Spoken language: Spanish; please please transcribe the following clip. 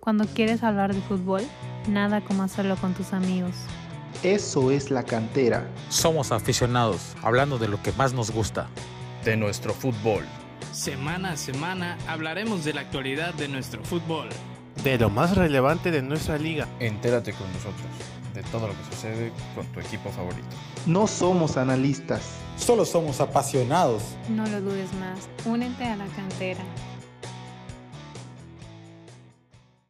Cuando quieres hablar de fútbol, nada como hacerlo con tus amigos. Eso es la cantera. Somos aficionados, hablando de lo que más nos gusta. De nuestro fútbol. Semana a semana hablaremos de la actualidad de nuestro fútbol. De lo más relevante de nuestra liga. Entérate con nosotros de todo lo que sucede con tu equipo favorito. No somos analistas. Solo somos apasionados. No lo dudes más, únete a la cantera.